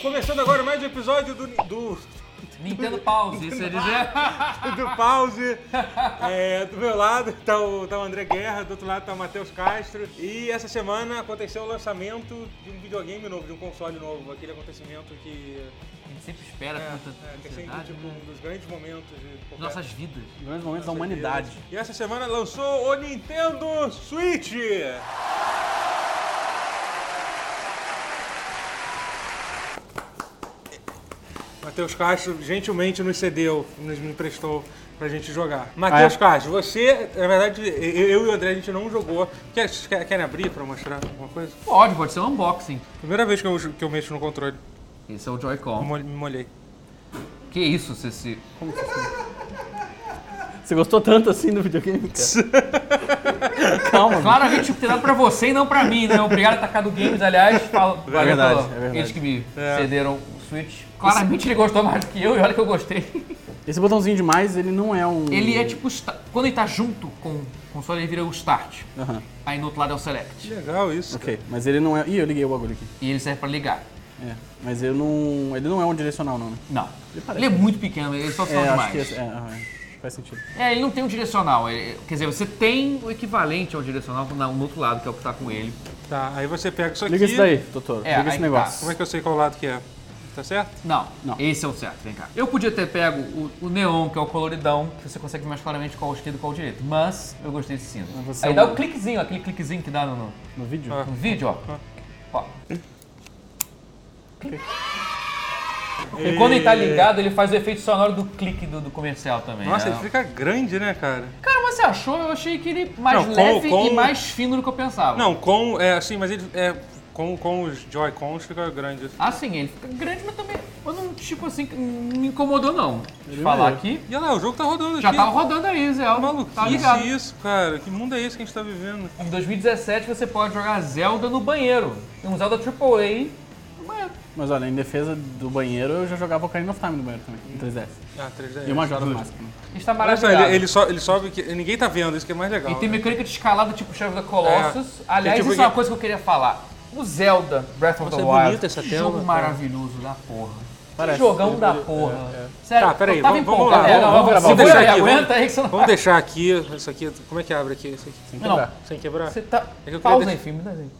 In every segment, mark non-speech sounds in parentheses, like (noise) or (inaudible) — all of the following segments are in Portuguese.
Começando agora mais um episódio do, do, (laughs) Nintendo Pause, isso é dizer. do Pause. É, do meu lado tá o, tá o André Guerra, do outro lado tá o Matheus Castro. E essa semana aconteceu o lançamento de um videogame novo, de um console novo. Aquele acontecimento que (laughs) A gente sempre espera é, com é, tanta que é sempre ansiedade, tipo, né? um dos grandes momentos de qualquer- Nossas vidas. Grandes momentos da humanidade. E essa semana lançou o Nintendo Switch. Matheus Castro gentilmente nos cedeu, nos me emprestou pra gente jogar. Matheus Ah, é? Castro, você, na verdade, eu e o André a gente não jogou. Quer, vocês quer- querem abrir pra mostrar alguma coisa? Pode, pode ser um unboxing. Primeira vez que eu, que eu mexo no controle, Esse é o eu Joy-Con. mol- me molhei. Que isso, Ceci? Você gostou tanto assim do videogame, cara? (laughs) Calma, mano. Claramente ter dado pra você e não pra mim, né? Obrigado, Tacado Games, aliás. Fala, valeu verdade, pela- é verdade. Eles que me cederam o Switch. Claramente ele gostou mais do que eu e olha que eu gostei. Esse botãozinho de mais, ele não é um. Ele é tipo. sta- Quando ele tá junto com o console, ele vira o Start. Aham, Aí no outro lado é o Select. Que legal isso. ok. Mas ele não é. Ih, eu liguei o bagulho aqui. E ele serve pra ligar. É. Mas eu não. Ele não é um direcional, não, né? Não. Ele é muito pequeno, ele só funciona é, acho demais. que. esse- É, aham, faz sentido. É, ele não tem um direcional. ele- quer dizer, você tem o equivalente ao direcional na- no outro lado, que é o que tá com ele. Tá, aí você pega isso aqui. Liga isso daí, doutor. É, Liga aí esse que negócio. Como é que eu sei qual lado que é? Tá certo? Não, Não. esse é o certo, vem cá. Eu podia ter pego o, o neon, que é o coloridão, que você consegue mais claramente qual o esquerdo e qual o direito, mas eu gostei desse sino. Mas você Aí é dá um- o cliquezinho, aquele cliquezinho que dá no, no- No vídeo? Ah. no vídeo, ó. Ó. E quando ele tá ligado, ele faz o efeito sonoro do clique do, do comercial também. Nossa, né? ele fica grande, né, cara? Cara, mas você achou? Eu achei que ele mais Não, com- leve e com- mais fino do que eu pensava. Não, com. É assim, mas ele. É, com, com os Joy-Cons fica grande. Assim, ele fica grande, mas também. Eu não, tipo assim, não me incomodou, não. De Ele falar mesmo. aqui. E olha lá, o jogo tá rodando Já aqui. tava rodando aí, Zé. Que Maluquice Tá ligado. isso, cara. Que mundo é esse que a gente tá vivendo? Em 2017 você pode jogar Zelda no banheiro. Tem Um Zelda AAA no banheiro. Mas olha, em defesa do banheiro, eu já jogava Ocarina of Time no banheiro também, em 3DS. É, Ah, 3DS. E uma Jora Máscara. Está Olha só, ele, maravilhoso. ele so- ele sobe que. Ninguém tá vendo, isso que é mais legal. E tem né? mecânica de escalada tipo Shadow da Colossus. Aliás, É tipo isso é uma que- coisa que eu queria falar. O Zelda Breath of the é Wild. bonita essa que tela, cara. jogo maravilhoso da porra. Que Parece. jogão da É, porra. é. Sério, Tá, peraí, eu tava vamos- empolgado. vamos lá, É, vamos- não, vamos gravar, segura vamos aí, deixar aqui, aguenta aí que você não Vamos deixar aqui, isso aqui. Como é que abre aqui? Isso aqui. Sem Não. quebrar. Sem quebrar? Você tá. É que eu Pausa queria aí, filme, dá aí.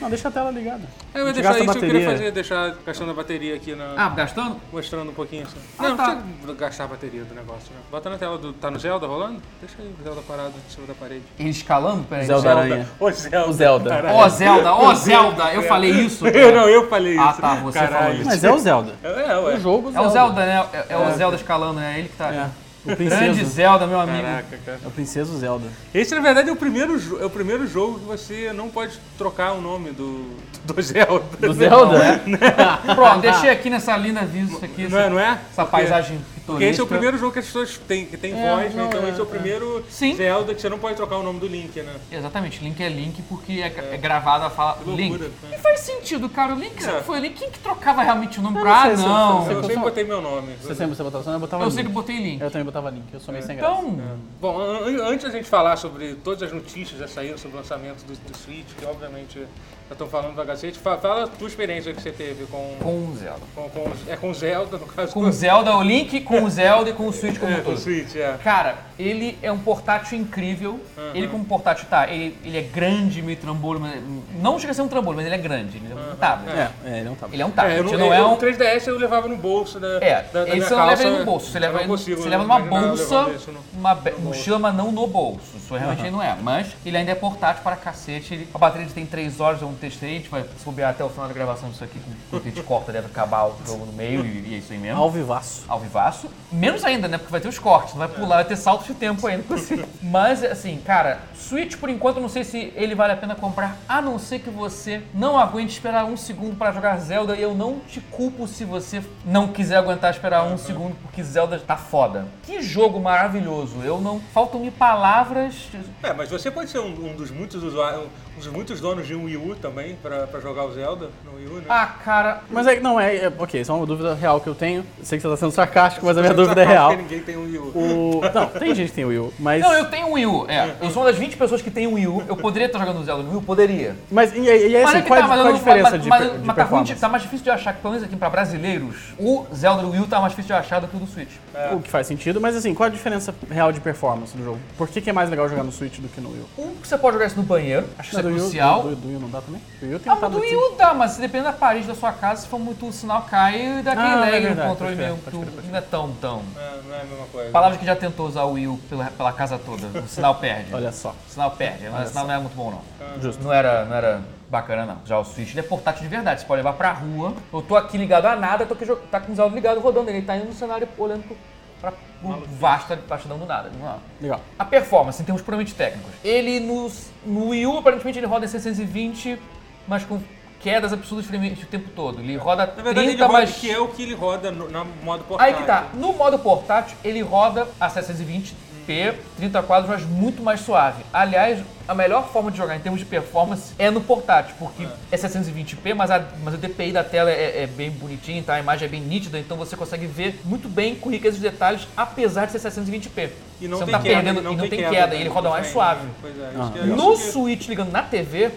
Não, deixa a tela ligada. É, Eu ia gente deixar gasta isso que eu queria bateria. fazer, deixar gastando a bateria aqui na. Ah, gastando? Mostrando um pouquinho assim. Ah, não, tá. não precisa gastar a bateria do negócio, né? Bota na tela do. Tá no Zelda rolando? Deixa aí o Zelda parado em cima da parede. Ele escalando? Peraí. Zelda Aranha. Ô Zelda. O Zelda. Caralho. Ó, É Zelda, ó, Zelda, eu falei isso. (laughs) Eu não, eu falei isso. Ah, tá, você falou isso. Mas é o Zelda. É, ué. O jogo É o Zelda, né? É, é o Zelda escalando, né? Ele que tá. É. Grande O Princeso. Zelda, meu amigo. Caraca, cara. É o Princeso Zelda. Esse, na verdade, é o primeiro, jo- é o primeiro jogo que você não pode trocar o nome do, do Zelda. Do Zelda? é? (laughs) Pronto, deixei aqui nessa linda vista aqui, Não é? essa, Não é? essa paisagem Porque pitoresca. esse é o primeiro jogo que as pessoas têm, que tem voz, né? Então esse é o primeiro Sim. Zelda que você não pode trocar o nome do Link, né? Exatamente, Link é Link porque é, é gravada a fala Que Link. loucura. E faz sentido, cara. O Link sempre É. foi Link. Quem que trocava realmente o nome Eu pra. não Ah, sei se- não. se- Eu sempre botei meu nome. Você sempre você botava, só eu botava Eu Link. sei que botei Link. Eu também botava Link, eu sou meio sem graça. Então, Bom, an- an- antes da gente falar sobre todas as notícias que já saíram sobre o lançamento do, do Switch, que obviamente já estão falando pra cacete, fa- fala a tua experiência que você teve com, com o Zelda. com, com- é com Zelda, no caso. Com o Zelda, o Link, com o Zelda e com o Switch como é, um com o todo. Switch, é. Cara, ele é um portátil incrível. Ele como portátil, tá, ele, ele é grande, meio trambolho, mas não chega a ser um trambolho, mas ele é grande, ele é um tablet. É, é, não tá bom. Ele é um tablet, eu não, eu- é o um... 3DS eu levava no bolso da, É, da, da ele minha você não calça. leva ele no bolso, você Eu leva, não ele- consigo você leva numa imaginar levando bolsa, isso, não. uma be- mochila, mas não no bolso. Isso realmente ele não é. Mas ele ainda é portátil para cacete. ele- a bateria dele tem 3 horas, é eu não testei, a gente vai subir até o final da gravação disso aqui, com o que a gente corta, deve acabar o jogo no meio e, e é isso aí mesmo. Ao vivaço. ao vivaço. Menos ainda, né? Porque vai ter os cortes, vai pular, vai ter saltos de tempo ainda. (laughs) assim. Mas, assim, cara, Switch, por enquanto, eu não sei se ele vale a pena comprar, a não ser que você não aguente esperar um segundo pra jogar Zelda. E eu não te culpo se você não quiser aguentar esperar um segundo, porque Zelda tá foda. que jogo maravilhoso. Eu não. Faltam-me palavras. É, mas você pode ser um, um dos muitos usuários, um dos muitos donos de um Wii U também pra, pra jogar o Zelda no Wii U, né? Ah, cara. Mas é que não, é, é. Ok, isso é uma dúvida real que eu tenho. Sei que você tá sendo sarcástico, mas a minha tá Você não dúvida é sabe real. porque Ninguém tem um Wii U. O... Não, tem gente que tem Will, mas. Não, eu tenho um Wii U. É, eu sou uma das 20 pessoas que tem um Wii U. Eu poderia estar jogando Zelda no Wii U? Poderia. Mas e, e, e aí, Mas é assim, que qual, é- tá, mas qual eu a não- diferença mas- de, mas- per- de mas tá, ruim de- performance? tá mais difícil de achar, que pelo menos aqui pra brasileiros, o Zelda do Wii U tá mais difícil de achar do que o do Switch. O que faz sentido, mas assim, qual a diferença real de performance do jogo? Por que, que é mais legal jogar no Switch do que no Will? Um, que você pode jogar isso no banheiro, acho que isso é do Wii U- crucial. Do, do, do Wii U não dá também? Do Wii U tem Ah, um mas do tablet. Wii U dá, mas dependendo da parede da sua casa, se for muito, o sinal cai e dá aquele Ah, é lag no verdade, controle pode crer, mesmo. pode crer, que Não é tão, tão. É, não é a mesma coisa. Palavra que já tentou usar o Wii U pela, pela casa toda, o sinal perde. (laughs) Olha só. O sinal perde, mas o sinal não é muito bom não. Justo. Não era, não era bacana não. Já o Switch ele é portátil de verdade, você pode levar pra rua. Eu tô aqui ligado a nada, tô aqui, jo- tá com o Zelda ligado rodando, ele tá indo no cenário olhando pro, pra pro vasta vastidão do nada. Vamos lá. Legal. A performance, em termos puramente técnicos. Ele nos, no Wii U, aparentemente, ele roda em 620, mas com quedas absurdas de frame rate o tempo todo. Ele roda Na verdade, 30, ele roda mas... que é o que ele roda no, na modo portátil. Aí que tá. No modo portátil, ele roda a 720p, 30 quadros, mas muito mais suave. Aliás, a melhor forma de jogar em termos de performance é no portátil, porque é, 720p, mas, a, mas o DPI da tela é, é bem bonitinho, tá? A imagem é bem nítida, então você consegue ver muito bem com riqueza de detalhes, apesar de ser 720p. E não você tem não tá queda, perdendo, e não tem queda, né, e ele roda mais também, suave. né? Pois é, Ah. isso que é- No isso que- é. Switch ligando na TV,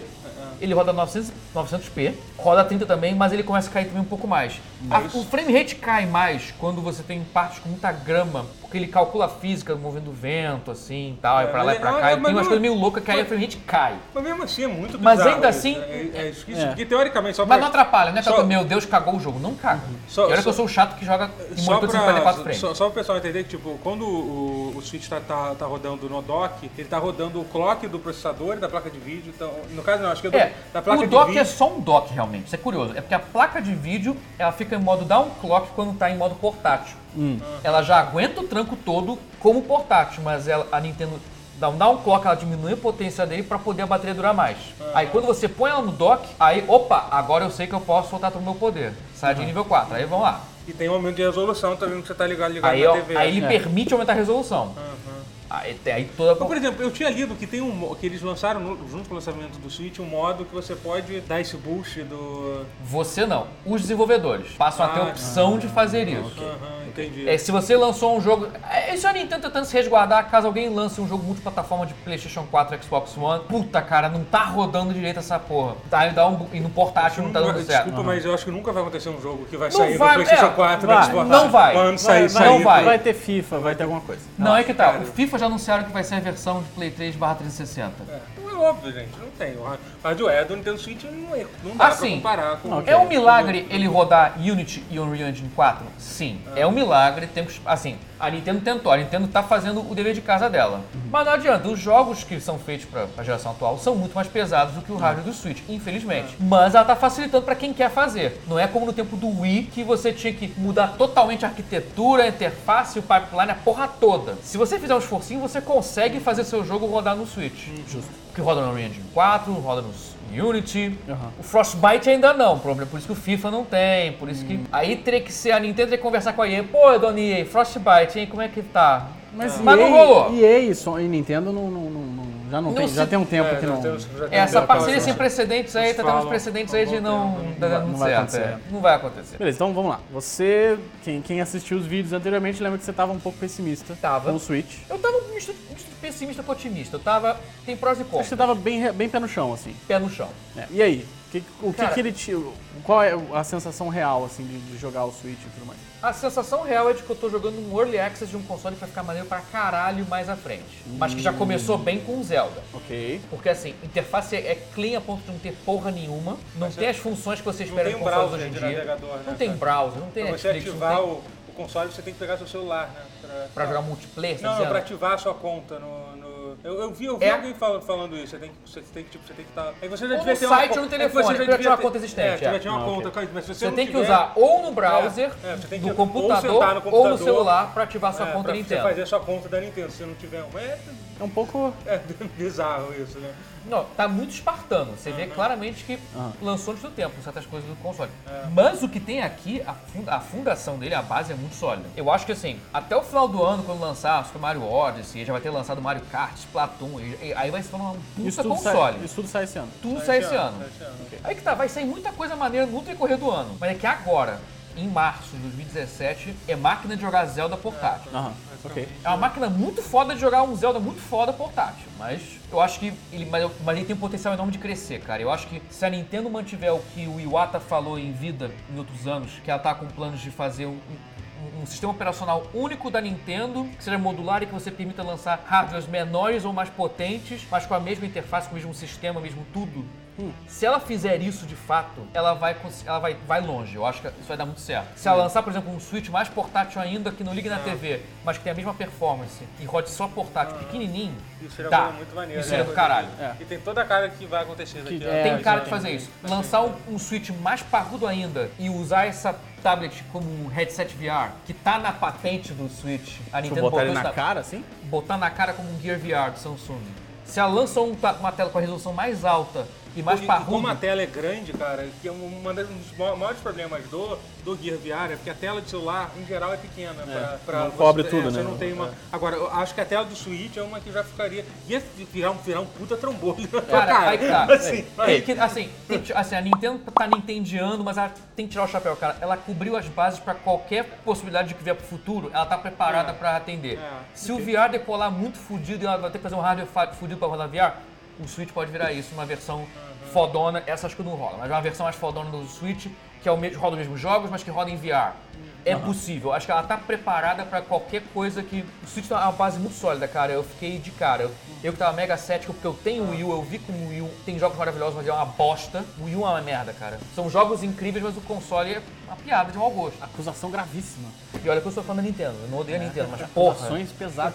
ele roda 900, 900p, roda 30 também, mas ele começa a cair também um pouco mais. A- Mas- o frame rate cai mais quando você tem partes com muita grama, porque ele calcula a física, movendo o vento, assim, e tal, É, e pra mas lá e é- pra não, cá, é, e tem mas umas não- coisas meio loucas que aí o mas- frame rate cai. Mas mesmo assim é muito Mas bizarro ainda isso. assim- É, é isso que- É. Porque teoricamente só pra... Mas não atrapalha, né? Só- Uhum. Só... Meu Deus, cagou o jogo. Não caga. Só- e olha que só- eu sou o chato que joga em Só monitor de 54 pra, frames. só, só pro pessoal entender que, tipo, quando o, o Switch tá, tá, tá rodando no dock, ele tá rodando o clock do processador e da placa de vídeo. Então, no caso, não, acho que é, do, É, da placa o de dock vídeo. é só um dock realmente, isso é curioso. É porque a placa de vídeo, ela fica em modo down clock quando tá em modo portátil. Hum. Ela já aguenta o tranco todo como portátil, mas ela- a Nintendo dá um down clock, ela diminui a potência dele para poder a bateria durar mais. Ah. Aí quando você põe ela no dock, aí, opa, agora eu sei que eu posso soltar todo o meu poder. Sai de nível 4, aí vamos lá. E tem um aumento de resolução também que você tá ligado, ligado Aí, na ó, TV. aí ele É. permite aumentar a resolução. Aí, tem- aí toda a... Mas, Então, por exemplo, eu tinha lido que tem um mo- que eles lançaram no- junto com o lançamento do Switch um modo que você pode dar esse boost do. Você não, os desenvolvedores passam a ter a Ah, opção de fazer isso. Aham, entendi. É, se você lançou um jogo. é, Isso é a Nintendo tentando se resguardar caso alguém lance um jogo multiplataforma de PlayStation 4, Xbox One. Puta cara, não tá rodando direito essa porra. Tá, ele dá um. bu- E no portátil não tá Nunca- dando certo. Desculpa, mas eu acho que nunca vai acontecer um jogo que vai Não sair vai, no PlayStation é, 4 vai, no Xbox. não vai. Quando sair, vai, sair. não vai. vai ter FIFA, vai ter alguma coisa. Não, é que tá. cara. O FIFA já anunciaram que vai ser a versão de Play 3 360. É, não é óbvio, gente. Não tem. O rádio é do Nintendo Switch não, é, não dá Assim, pra comparar com ok. É um milagre ele rodar Unity e Unreal Engine 4? Sim, é um milagre. Tem que, assim, a Nintendo tentou, a Nintendo tá fazendo o dever de casa dela. Mas não adianta, os jogos que são feitos para a geração atual são muito mais pesados do que o hardware do Switch, infelizmente. Mas ela tá facilitando para quem quer fazer. Não é como no tempo do Wii que você tinha que mudar totalmente a arquitetura, a interface, o pipeline, a porra toda. Se você fizer um esforcinho, você consegue fazer seu jogo rodar no Switch. Que roda no Unreal Engine 4, roda no Unity. Aham. O Frostbite ainda não, problema. é Por isso que o FIFA não tem, por isso Hum. que. Aí teria que ser a Nintendo teria que conversar com a EA. Pô, dona EA, Frostbite, hein? Como é que tá? Mas, Mas não rolou. E EA só- e Nintendo não, não- não- não- já não, Não tem, se- já tem um tempo É, que já não. temos- já É, Essa temos parceria aquela- sem precedentes aí, Eles tá tendo uns falam, precedentes há um aí bom de não. tempo, Não, não vai vai acontecer, acontecer. é. Não vai acontecer. Beleza, então vamos lá. Você, quem, quem assistiu os vídeos anteriormente, lembra que você tava um pouco pessimista Tava. com o Switch. Eu tava um misto, misto de pessimista com otimista. Eu tava. Tem prós e Acho que contras. você tava bem, re- bem pé no chão, assim. Pé no chão. né? E aí? Que- o que, Cara- que ele te. Qual é a sensação real, assim, de, de jogar o Switch e tudo mais? A sensação real é de que eu tô jogando um early access de um console que vai ficar maneiro pra caralho mais à frente. Mas que já Hum. começou bem com o Zelda. Ok. Porque assim, interface é clean a ponto de não ter porra nenhuma, não tem as funções que você Não espera tem em um consoles browser hoje em de dia. navegador, né? Não tem cara? browser, não tem Pra você Netflix, não ativar o, tem- o console, você tem que pegar seu celular, né? Pra, pra jogar multiplayer, tá Não, não, pra dizendo? ativar a sua conta no. no- Eu, eu vi, eu vi É. alguém fal- falando isso. Você tem que. Você tem que, tipo, você tem que estar. Tá... É que você já Ou devia no ter uma site con- ou no é que telefone, você pra já tiver devia uma ter- conta existente, É, é. já tinha uma Ah, conta. ok. Mas se você Você não tem que tiver- usar ou no browser, É, é, você tem que- do ou sentar computador, no ou, computador, no celular pra ativar sua é, conta pra Nintendo. Você fazer a sua conta da Nintendo. Se você não tiver uma, é, (laughs) É um pouco. é bizarro isso, né? Não, tá muito espartano. Você vê claramente que lançou antes do tempo certas coisas do console. É. Mas o que tem aqui, a, fun- a fundação dele, a base é muito sólida. Eu acho que assim, até o final do ano, quando lançar Super Mario Odyssey, já vai ter lançado Mario Kart, Splatoon, e- e- aí vai se tornar um Isso puta tudo, console. sai, isso tudo sai esse ano. tudo sai, Sai esse ano. sai esse ano. Aí que tá, vai sair muita coisa maneira no decorrer do ano. Mas é que agora, em março de 2017, é máquina de jogar Zelda portátil. Aham, ok. É uma máquina muito foda de jogar um Zelda muito foda portátil, mas eu acho que ele, mas, mas ele tem um potencial enorme de crescer, cara. Eu acho que se a Nintendo mantiver o que o Iwata falou em vida em outros anos, que ela tá com planos de fazer um, um- um sistema operacional único da Nintendo, que seja modular e que você permita lançar hardwares menores ou mais potentes, mas com a mesma interface, com o mesmo sistema, mesmo tudo. Se ela fizer isso de fato, ela vai cons- ela vai, vai longe. Eu acho que isso vai dar muito certo. Se ela lançar, por exemplo, um Switch mais portátil ainda, que não ligue na TV, mas que tem a mesma performance e rode só portátil pequenininho, Isso seria dá. uma coisa muito maneira. Isso né? é do caralho. É. E tem toda a cara que vai acontecer daqui. Que- ó. é, Tem cara de exatamente. fazer isso. Lançar um, um Switch mais parrudo ainda e usar essa tablet como um headset VR, que tá na patente do Switch. A Deixa eu Nintendo botar ele botou na isso cara, assim? botar na cara como um Gear VR do Samsung. Se ela lança um ta- uma tela com a resolução mais alta e mais E- e como a parruda, tela é grande, cara, que é um uma das- um dos ma- maiores problemas do, do Gear VR é porque a tela de celular, em geral, é pequena. pra- pra não você- cobre é, tudo, você né? não tem uma- Agora, eu acho que a tela do Switch é uma que já ficaria... Ia virar um, virar um puta trombolho na tua Cara, cara. aí que tá. (laughs) Assim, vai. Tem que- assim, tem que- assim, a Nintendo tá nintendiando, mas ela tem que tirar o chapéu, cara. Ela cobriu as bases pra qualquer possibilidade de que vier pro futuro, ela tá preparada pra atender. É. Se o VR decolar muito fudido e ela vai ter que fazer um hardware fa- fudido pra rodar VR, o Switch pode virar isso, uma versão fodona. Essa acho que não rola, mas é uma versão mais fodona do Switch, que é o mesmo, roda os mesmos jogos, mas que roda em VR. É possível, acho que ela tá preparada pra qualquer coisa que. O Switch tá uma base muito sólida, cara. Eu fiquei de cara. Eu, eu que tava mega cético porque eu tenho o Wii, U, eu vi como o Wii U tem jogos maravilhosos, mas é uma bosta. O Wii U é uma merda, cara. São jogos incríveis, mas o console é uma piada de mau gosto. Acusação gravíssima. E olha que eu sou fã da Nintendo, eu não odeio a Nintendo, mas porra. Ações pesadas.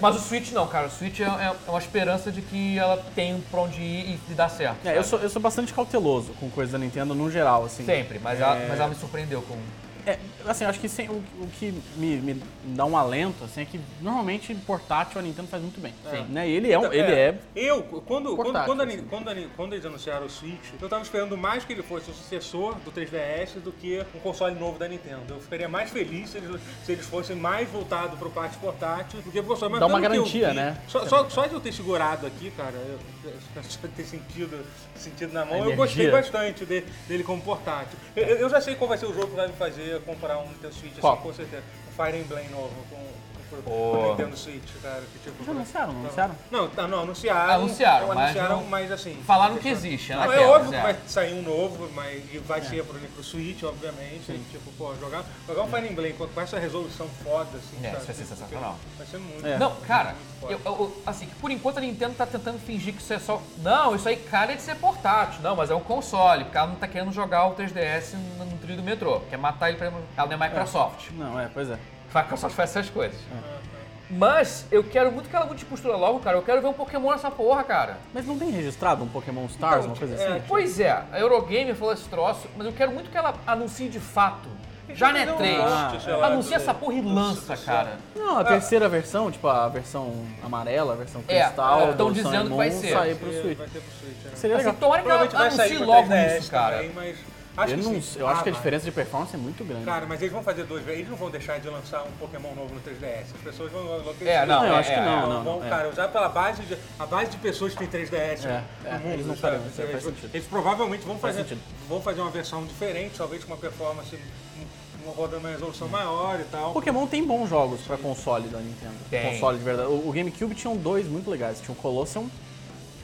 Mas o Switch não, cara. O Switch é, é- é uma esperança de que ela tem pra onde ir e, e dar certo. É, eu sabe? sou, eu sou bastante cauteloso com coisa da Nintendo no geral, assim. Sempre, mas, É. ela, mas ela me surpreendeu com. É, assim, acho que sem- o, o que me, me dá um alento, assim, é que normalmente portátil a Nintendo faz muito bem. Sim. Né? E ele é, um, Então, ele é Eu, quando, quando, Portátil, quando, a Ni- assim. quando a Ni- quando eles anunciaram o Switch, eu tava esperando mais que ele fosse o sucessor do 3DS do que um console novo da Nintendo. Eu ficaria mais feliz se eles, se eles fossem mais voltados pro parte portátil do que pro console. Mas Dá uma pelo que eu garantia, vi, né? Só, só, só de eu ter segurado aqui, cara, eu, eu- só de ter sentido, sentido na mão, eu energia. gostei bastante de- dele como portátil. Eu, eu já sei qual vai ser o jogo que vai me fazer comprar um Nintendo Switch, Qual? assim, com certeza. Um Fire Emblem novo, com... com- com Oh. o Nintendo Switch, cara. Que tipo, Já anunciaram, não anunciaram? Não, tá, não, anunciaram. Anunciaram, mas anunciaram, não- mas assim. Falaram que existe, né? Não, é Naquelas, óbvio é. que vai sair um novo, mas e É. vai ser pro, pro Switch, obviamente. E, tipo, pô, jogar, jogar um Fire Emblem com, com essa resolução foda, assim. É, sabe? isso vai ser sensacional. Vai ser muito. É. Não, cara, muito eu, foda. eu- assim, que por enquanto a Nintendo tá tentando fingir que isso é só. Não, isso aí cara é de ser portátil. Não, mas é um console, porque ela não tá querendo jogar o 3DS no, no trilho do metrô. Quer matar ele pra. Ela não é Microsoft. Não, é, pois é. Microsoft faz essas coisas. É. Mas eu quero muito que ela mude de postura logo, cara. Eu quero ver um Pokémon nessa porra, cara. Mas não tem registrado um Pokémon Stars, uma coisa é, assim? Pois Então, é, a Eurogame falou esse troço, mas eu quero muito que ela anuncie de fato. Já não é Fazer um 3. teste, sei lá, Anuncia do- essa porra e lança, cara. Não, a terceira versão, tipo a versão amarela, a versão cristal, É. é, tão do dizendo Sun and que vai Moon, ser. Vai sair pro ser- Switch. Vai ser pro Switch. né? Seria Assim, legal. tomara que ela Provavelmente vai anuncie sair pro logo 3DS isso, cara. também, mas acho Eu, que não, sim. eu acho Ah, que a vai. diferença de performance é muito grande. Cara, mas eles vão fazer dois, eles não vão deixar de lançar um Pokémon novo no 3DS. As pessoas vão enlouquecer. É, não, não, eu é, acho que é, não, é. não, vão, não, é. cara, usar pela base de, a base de pessoas que tem 3DS É, no é, mundo. eles não sabe? fariam isso, eles, faz sentido. eles provavelmente vão Faz fazer, sentido. vão fazer uma versão diferente, talvez com uma performance um- um- rodando uma resolução maior e tal. O Pokémon tem bons jogos pra console da Nintendo. Tem. Console de verdade. O, o GameCube tinham dois muito legais. Tinha o Colosseum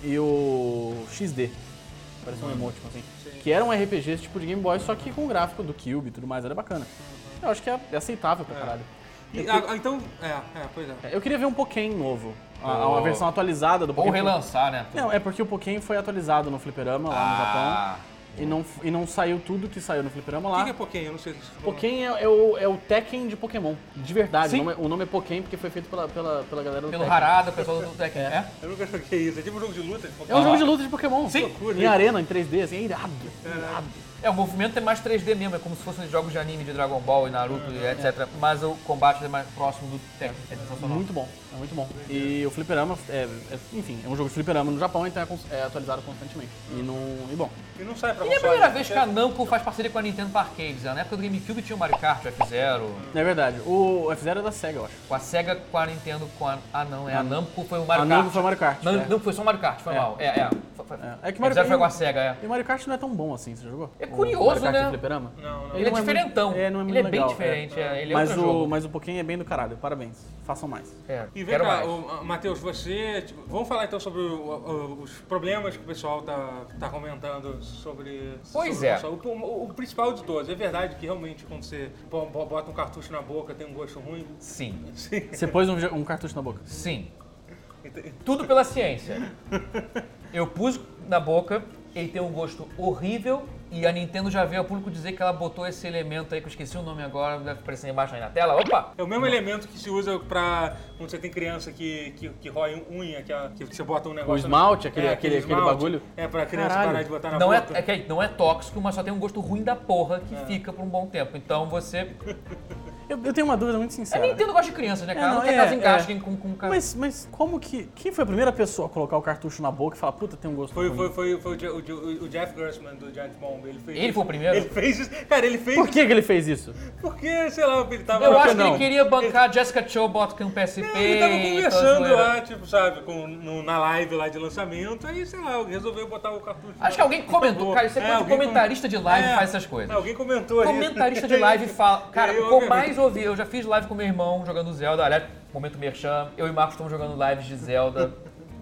e o XD. Parecia um emoticon, assim. Que era um RPG esse tipo de Game Boy, só que com o gráfico do Cube e tudo mais. Era bacana. Eu acho que é, é aceitável pra caralho. E, ah, então, é, é, pois é. É, Eu queria ver um Pokémon novo. A, Oh. uma versão atualizada do Ou Pokémon. relançar, né? Não, é porque o Pokémon foi atualizado no Fliperama lá no Japão. Ah, E não, e não saiu tudo que saiu no Fliperama O lá. que que é Pokémon? Eu não sei. se- Pokémon é, é o, é o Tekken de Pokémon, de verdade. Sim. O nome, o nome é Pokémon porque foi feito pela, pela, pela galera do pelo Tekken. Harada, o pessoal do Tekken. É? Eu nunca joguei isso. É tipo um jogo de luta de É um Pokémon. jogo de luta de Pokémon. Sim. Em arena, em 3D, assim, é irado. irado. Ah. É, o movimento é mais 3D mesmo, é como se fossem jogos de anime de Dragon Ball e Naruto e etc. Mas o combate é mais próximo do técnico. É sensacional. Muito bom, é muito bom. E o fliperama, é, é- enfim, é um jogo de fliperama no Japão, então é, cons- é atualizado constantemente. E, não, e bom, E não sai pra E é console. a primeira né? vez que a Namco faz parceria com a Nintendo para arcades. né? Na época do GameCube tinha o Mario Kart, o F-Zero, é verdade. O F-Zero é da SEGA, eu acho. com a SEGA, com a Nintendo, com a... Ah, não, é a Namco, foi o A Mario Namco Kart. foi o Mario Kart. Não, é. não, foi só o Mario Kart, foi É. mal. É, é. Foi- foi- É que Mario F-Zero foi Kart- com a SEGA, é. E o Mario Kart não é tão bom assim, você jogou? É O curioso, Mario Kart né? de fliperama? Não, não. Ele, é não é muito- diferentão. é, não é muito ele é bem legal, diferente, é. ele é mas, outro o, jogo. mas o pouquinho é bem do caralho, parabéns. Façam mais. É, E vem quero cá, mais. ô, Matheus, você. tipo, vamos falar então sobre o- o- os problemas que o pessoal tá, tá comentando sobre. Pois sobre é. o console. O, o- o principal de todos. É verdade que realmente quando você bo- bo- bota um cartucho na boca tem um gosto ruim. (laughs) Sim, Sim. é Você pôs um, jo- um cartucho na boca. sim. Entendi. Tudo pela (laughs) ciência. Eu pus na boca, ele tem um gosto horrível e a Nintendo já veio ao público dizer que ela botou esse elemento aí, que eu esqueci o nome agora, deve aparecer embaixo aí na tela. Opa! É o mesmo elemento que se usa pra. Quando você tem criança que, que, que rói unha, que, a- que você bota um negócio. na- esmalte, aquele- aquele- aquele bagulho? É pra criança Caralho. parar de botar na Não é, boca. é que não é tóxico, mas só tem um gosto ruim da porra que É. fica por um bom tempo. Então você. Eu, eu tenho uma dúvida muito A sincera. Nintendo gosta de crianças, né, cara? É, não, não, quer que é, elas é. engasguem com, com cara. Mas, mas como que. Quem foi a primeira pessoa a colocar o cartucho na boca e falar, puta, tem um gosto Foi, ruim? foi, foi, foi o, Je- o Je- o Jeff Gershman do Giant Bomb. Ele, fez Ele foi o primeiro? Ele fez isso. Cara, ele fez Por que, que ele fez isso? Porque, sei lá, ele tava. Eu que acho que ele não? queria bancar Jessica Chobot com o PSP. Ele tava e toda conversando zoeira. lá, tipo, sabe, com, no- na live lá de lançamento, aí, sei lá, resolveu botar o cartucho. Acho que alguém comentou, cara, isso é coisa de alguém com- É. comentarista de live faz essas coisas. Ah, Alguém comentou aí. Comentarista de live fala. Cara, Eu, o que eu meu mais ouvi, eu já fiz live com meu irmão jogando Zelda. Aliás, momento merchan, eu e Marcos estamos jogando lives de Zelda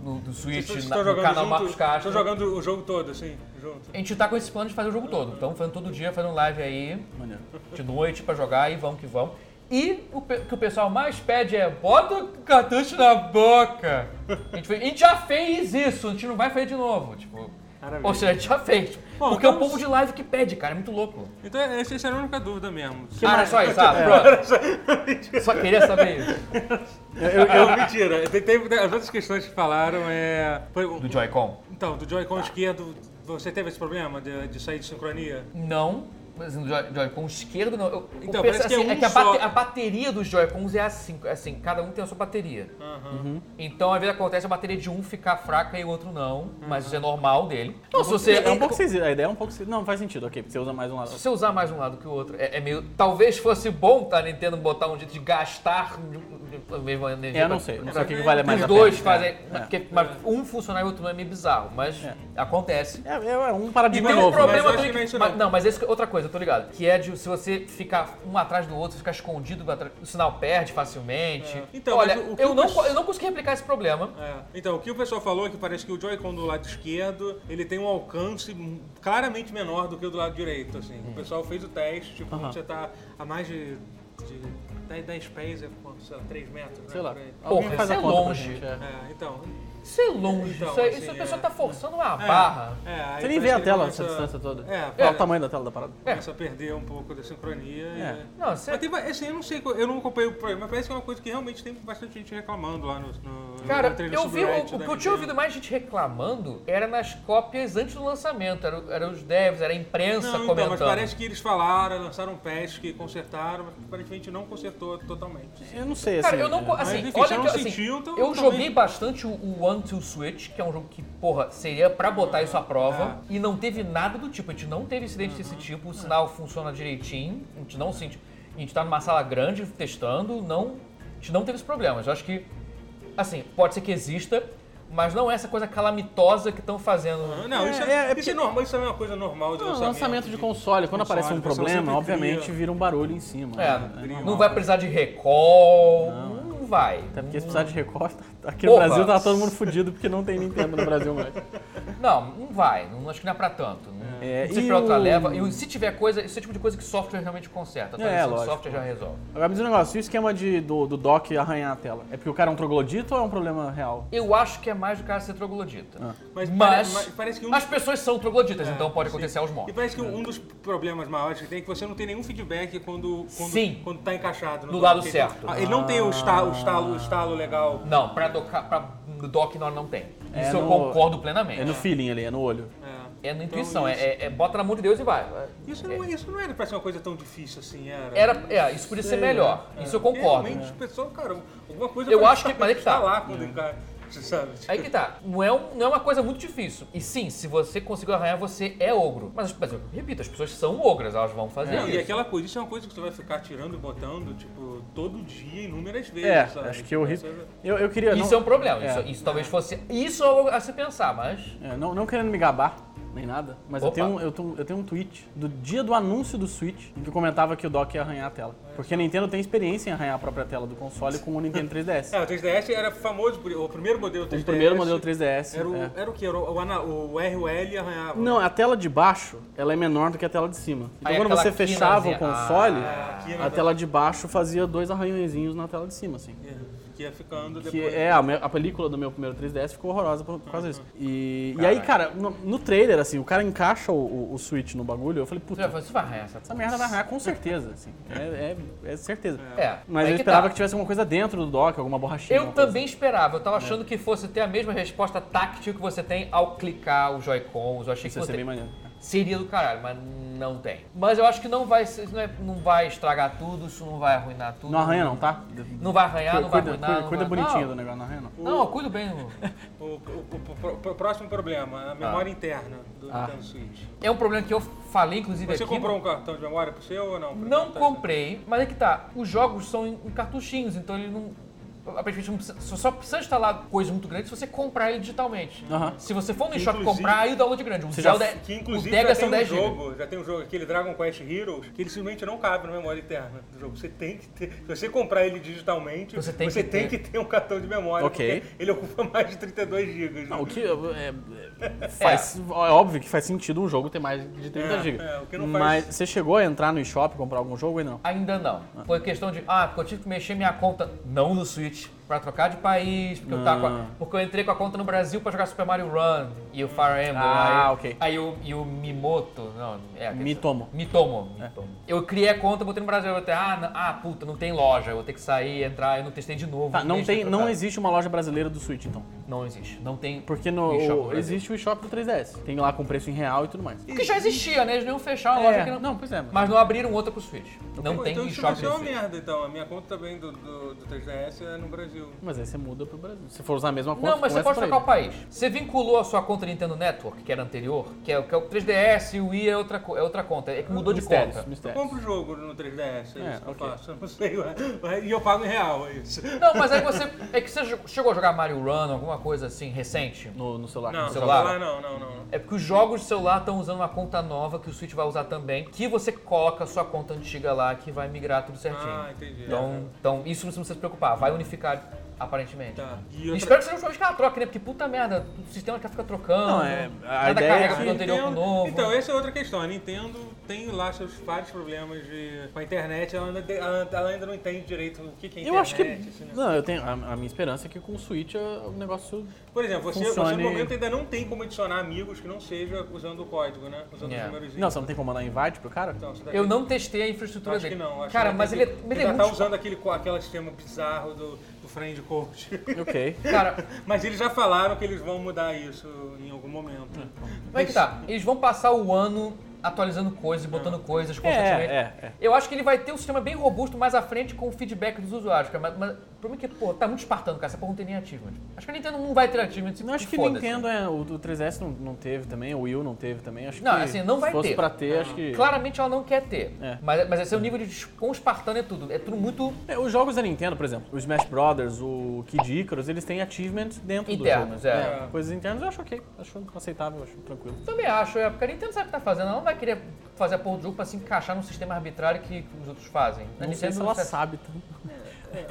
no, do (laughs) Switch, Vocês na- estão no jogando canal junto, Marcos Castro. Estão jogando o jogo todo, assim, junto. A gente tá com esse plano de fazer o jogo todo. Estamos fazendo todo dia, fazendo live aí, Maneiro. de noite pra jogar e vamos que vamos. E o pe- que o pessoal mais pede é bota o cartucho na boca. A gente, fez- a gente já fez isso, a gente não vai fazer de novo. Tipo, Maravilha. ou seja, a gente já fez. Bom, Porque é o vamos- povo de live que pede, cara, é muito louco. Então, essa essa era a única dúvida mesmo. Ah, era só isso, ah, pronto. Só queria saber isso. Eu, É, eu- eu- Não, (laughs) mentira. Tem, tem- as outras questões que falaram é. foi o- Do Joy-Con? então, do Joy-Con esquerdo, você teve esse problema de, de sair de sincronia? Não. Mas no Joy- Joy-Con esquerdo não. Eu, Então, eu penso parece que é assim, um é que a, só. bate- a bateria dos Joy-Cons é assim, assim, cada um tem a sua bateria. Aham. Uhum. Então, às vezes acontece a bateria de um ficar fraca e o outro não, Uhum. mas isso é normal dele. Então, se você, é um pouco esquisito. A ideia é um pouco esquisita. Não, faz sentido, ok, porque você usa mais um lado. se você usar mais um lado que o outro, é, é meio... Talvez fosse bom tá, a Nintendo botar um jeito de gastar a mesma energia. É, eu não pra- sei. Não pra- sei o que, que vale mais Os a dois pena. fazem... É, Porque, mas um funcionar e o outro não é meio bizarro, mas É. acontece. É, é- é um paradigma tem um novo. né? problema mas eu acho também que não é isso, mas- não. não, mas esse é outra coisa, eu tô ligado. Que é de se você ficar um atrás do outro, ficar escondido, atra- o sinal perde facilmente. É. Então, Olha, mas o- o que eu, eu não, pers- co- eu não consegui replicar esse problema. É. Então, o que o pessoal falou é que parece que o Joy-Con do lado esquerdo, ele tem um alcance claramente menor do que o do lado direito, assim. O pessoal fez o teste, tipo, Aham. você tá a mais de, de 10, 10 pés, é quanto? sei lá, 3 metros, né? Sei lá. por aí. Alguém Porra, faz a isso é conta pra longe. gente, é. É, então... Isso é longe, Então, isso, é, assim, isso a pessoa é. tá forçando uma É, barra. é, aí Você nem parece vê a que ele tela, começa- essa distância toda. É, Qual é. o tamanho da tela da parada? Começa a perder um pouco da sincronia. É. e- Não, você... Mas tem, ba- assim, eu não sei, eu não acompanhei o programa, mas parece que é uma coisa que realmente tem bastante gente reclamando lá no... no Cara, no treino eu um sobre né, vi, o, Reddit o da que eu Nintendo. tinha ouvido mais gente reclamando era nas cópias antes do lançamento. Era, o- era os devs, era a imprensa Não, então, comentando. mas parece que eles falaram, lançaram um patch que consertaram, mas aparentemente não consertou totalmente. Eu não sei, assim. Cara, eu não. co- é. Assim, enfim, olha você que não assim, sentiu, então eu também- joguei bastante o- o One to Switch, que é um jogo que, porra, seria pra botar isso à prova. E não teve nada do tipo. A gente não teve incidente desse tipo, o sinal funciona direitinho, a gente não sente. A gente tá numa sala grande testando, não. A gente não teve esse problema. Eu acho que. Assim, pode ser que exista, mas não é essa coisa calamitosa que estão fazendo. Ah, Não, É, isso é, é, é isso é porque- normal, isso é uma coisa normal de Não, lançamento. lançamento de console, quando é console, aparece um o pessoal problema, sempre obviamente cria. vira um barulho em cima. É, né? É normal. não vai precisar de recall, não vai. Até Tá, porque se precisar de recorte, tá- (laughs) aqui Porra. no Brasil tá todo mundo fudido porque não tem Nintendo no Brasil mais. Não, não vai. Não, acho que não é pra tanto. Não, É, não sei e se pra outra o- leva. E o- se tiver coisa, esse é o tipo de coisa que software realmente conserta. É, Tá? o lógico. software já resolve. Agora me diz um negócio, e o esquema de, do, do dock arranhar a tela? É porque o cara é um troglodito ou é um problema real? Eu acho que é mais do cara ser troglodita. Ah. Mas, Mas, pare- mas parece que um- as pessoas são trogloditas, É, então pode sim. acontecer aos E montes. parece que um dos problemas maiores que tem é que você não tem nenhum feedback quando, quando, Sim. quando tá encaixado. Do dock. lado Ele- certo. Ah, ele não tem o estalo, o estalo, o estalo legal. Não, pra, docar, pra no dock nós não tem. É Isso eu no- concordo plenamente. É no feeling ali, é no olho. É. É na Então, intuição, é- isso. é, é bota na mão de Deus e vai. Isso não, isso não era pra ser uma coisa tão difícil assim, era. Era, é, isso podia ser melhor. Isso eu concordo. É. Realmente, o pessoal, cara, alguma coisa Eu pra acho que- saber mas é que tá. falar quando encara, você sabe? Aí que tá, não é, um- não é uma coisa muito difícil. E sim, se você conseguiu arranhar, você é ogro. Mas, mas eu repito, as pessoas são ogras, elas vão fazer Não, isso. e aquela coisa, isso é uma coisa que você vai ficar tirando e botando, tipo, todo dia, inúmeras vezes, É, sabe? Tipo, acho que eu ri. Essa- Eu, eu queria. Isso é não, um problema. É. Isso, isso talvez fosse. Isso é algo a se pensar, mas. é, não, não querendo me gabar, nem nada, mas eu Opa. tenho, um- eu, tenho, eu tenho um tweet do dia do anúncio do Switch em que comentava que o dock ia arranhar a tela. Porque a Nintendo tem experiência em arranhar a própria tela do console com o Nintendo 3DS. É, o 3DS era famoso, por- É, o primeiro modelo 3DS. o primeiro modelo 3DS. Era o, é. era o que? Era o, o, ana- o RUL arranhava. Não, a tela de baixo, ela é menor do que a tela de cima. Então Aí quando aquela você fechava o quinazinha. console, Ah, aqui a tela de baixo fazia dois arranhõezinhos na tela de cima, assim. É, que ia ficando Que depois. é, a, me- a película do meu primeiro 3DS ficou horrorosa por, por causa disso. E, e aí, cara, no, no trailer, assim, o cara encaixa o, o- o Switch no bagulho, eu falei, Você vai puta, falar, Isso vai arranhar essa. essa merda vai arranhar com certeza, assim. É, é- é certeza. É. Mas aí eu esperava tá. que, tivesse alguma coisa dentro do dock, alguma borrachinha. Eu alguma coisa. assim. É. também esperava, eu tava achando que fosse ter a mesma resposta táctil que você tem ao clicar os Joy-Cons. Eu achei Isso que ia você ser bem maneiro. Seria do caralho, mas não tem. Mas eu acho que não vai, ser- isso não, é- não vai estragar tudo, isso não vai arruinar tudo. Não arranha não, tá? Não vai arranhar, não vai Cuida, arruinar. cuida, não cuida vai- bonitinho do não. negócio, não arranha não. Não, eu cuido bem. irmão. O, o- o- o- o próximo problema, a memória interna do Ah. É, Nintendo Switch. (laughs) É um problema que eu falei, inclusive, Você aqui. comprou um cartão de memória pro seu ou não? Não Tá- comprei, mas é que tá. Os jogos são em em cartuchinhos, então ele não. A PlayStation não precisa- só- só precisa instalar coisa muito grande se você comprar ele digitalmente. Aham. Se você for no Que, eShop inclusive- comprar, aí o download é grande. O Você já- Zelda, Que o inclusive Dega já tem são um 10 GB. jogo, já tem um jogo, aquele Dragon Quest Heroes, que ele simplesmente não cabe na memória interna do jogo. Você tem que ter, se você comprar ele digitalmente, Você tem que ter. um cartão de memória, Ok. porque ele ocupa (laughs) mais de 32 GB. Não, o que (laughs) é, é, faz, é. óbvio que faz sentido um jogo ter mais de 30 É, GB. é, o que não Mas faz- você chegou a entrar no eShop e comprar algum jogo ou não? Ainda não. Foi questão de, ah, porque eu tive que mexer minha conta, não no Switch, pra trocar de país, porque, eu, tava com a- Ah. porque eu entrei com a conta no Brasil pra jogar Super Mario Run e o Fire Emblem. Ah, aí, ok. Aí o, e o Mimoto, não, é... aquele- Mitomo. É. Mitomo, Mitomo. Eu criei a conta, botei no Brasil, eu até, ah, não- ah, puta, não tem loja, eu vou ter que sair, entrar, eu não testei de Ah, novo. Tá, não, deixa eu tem, trocar. não existe uma loja brasileira do Switch, então. Não existe, não tem... Porque no, eShop no Brasil. existe o eShop do 3DS. Tem lá com preço em real e tudo mais. Porque já existia, né? Eles não iam fechar uma É, loja que não... não, pois é, mas- Mas não abriram outra pro Switch. Não tem então isso vai eShop ser uma no Switch. merda, então. A minha conta também do, do, do 3DS é no Brasil. Mas aí você muda pro Brasil. Se for usar a mesma conta, Não, mas você começa pode por aí. trocar o país. Você vinculou a sua conta Nintendo Network, que era anterior, que é, o- que é o 3DS e o Wii é outra, co- é outra conta. É que mudou de Mistérios, conta. Eu mistérios. compro o jogo no 3DS, é, É, isso que eu ok. faço. Eu não sei, mas- e eu pago em real, é isso. Não, mas aí você. É que você jo- chegou a jogar Mario Run, alguma coisa assim, recente? No, no celular. Não, No celular? celular não, não, não. É porque os jogos de celular estão usando uma conta nova que o Switch vai usar também, que você coloca a sua conta antiga lá que vai migrar tudo certinho. Ah, entendi. Então, então isso você não precisa se preocupar, vai unificar aparentemente. Tá. E E outra- Espero que seja um jogo que ela troque, né? Porque puta merda, o sistema já fica trocando. Não, é- a nada ideia é carrega que do anterior pro novo. Então, essa é outra questão. A Nintendo tem lá seus vários problemas de... com a internet. Ela ainda, de- ela- ela ainda não entende direito o que, que é internet. Eu acho que. esse negócio. Não, eu tenho. A, a minha esperança é que com o Switch é, o negócio. Por exemplo, você, Funcione- você no momento ainda não tem como adicionar amigos que não seja usando o código, né? Usando Yeah. os números. Não, você não tem como mandar invite pro cara? Então, você deve- É. Eu não testei a infraestrutura Acho que dele. não. acho cara, que mas tem ele é, que- ele é ainda tá muito. usando aquele, co- aquele sistema bizarro do, do friend code. Ok. Cara, (laughs) Mas eles já falaram que eles vão mudar isso em algum momento. como é (laughs) que tá? Eles vão passar o ano atualizando coisas, Ah. botando coisas É, constantemente. é, é. Eu acho que ele vai ter um sistema bem robusto mais à frente com o feedback dos usuários, cara. Mas, mas o problema é que, pô, tá muito espartano, cara. Essa porra não tem nem achievement. Acho que a Nintendo não vai ter achievement. Não, acho que Nintendo é. O, o 3S não, não teve também, o Wii U não teve também. Acho né? Não, que assim, não vai se fosse ter. Ah, pra ter, acho que. Claramente ela não quer ter. É. Mas, mas esse é o nível de. Quão espartano é tudo. É tudo muito É, os jogos da Nintendo, por exemplo, o Smash Brothers, o Kid Icarus, eles têm achievements dentro Internos, do jogo. né? é. Coisas internas eu acho ok, acho aceitável, acho tranquilo. Também acho, é, porque a Nintendo sabe o que tá fazendo. Ela não vai querer fazer a porra do jogo pra se encaixar num sistema arbitrário que os outros fazem. A não sei Nintendo se ela tá- sabe tanto.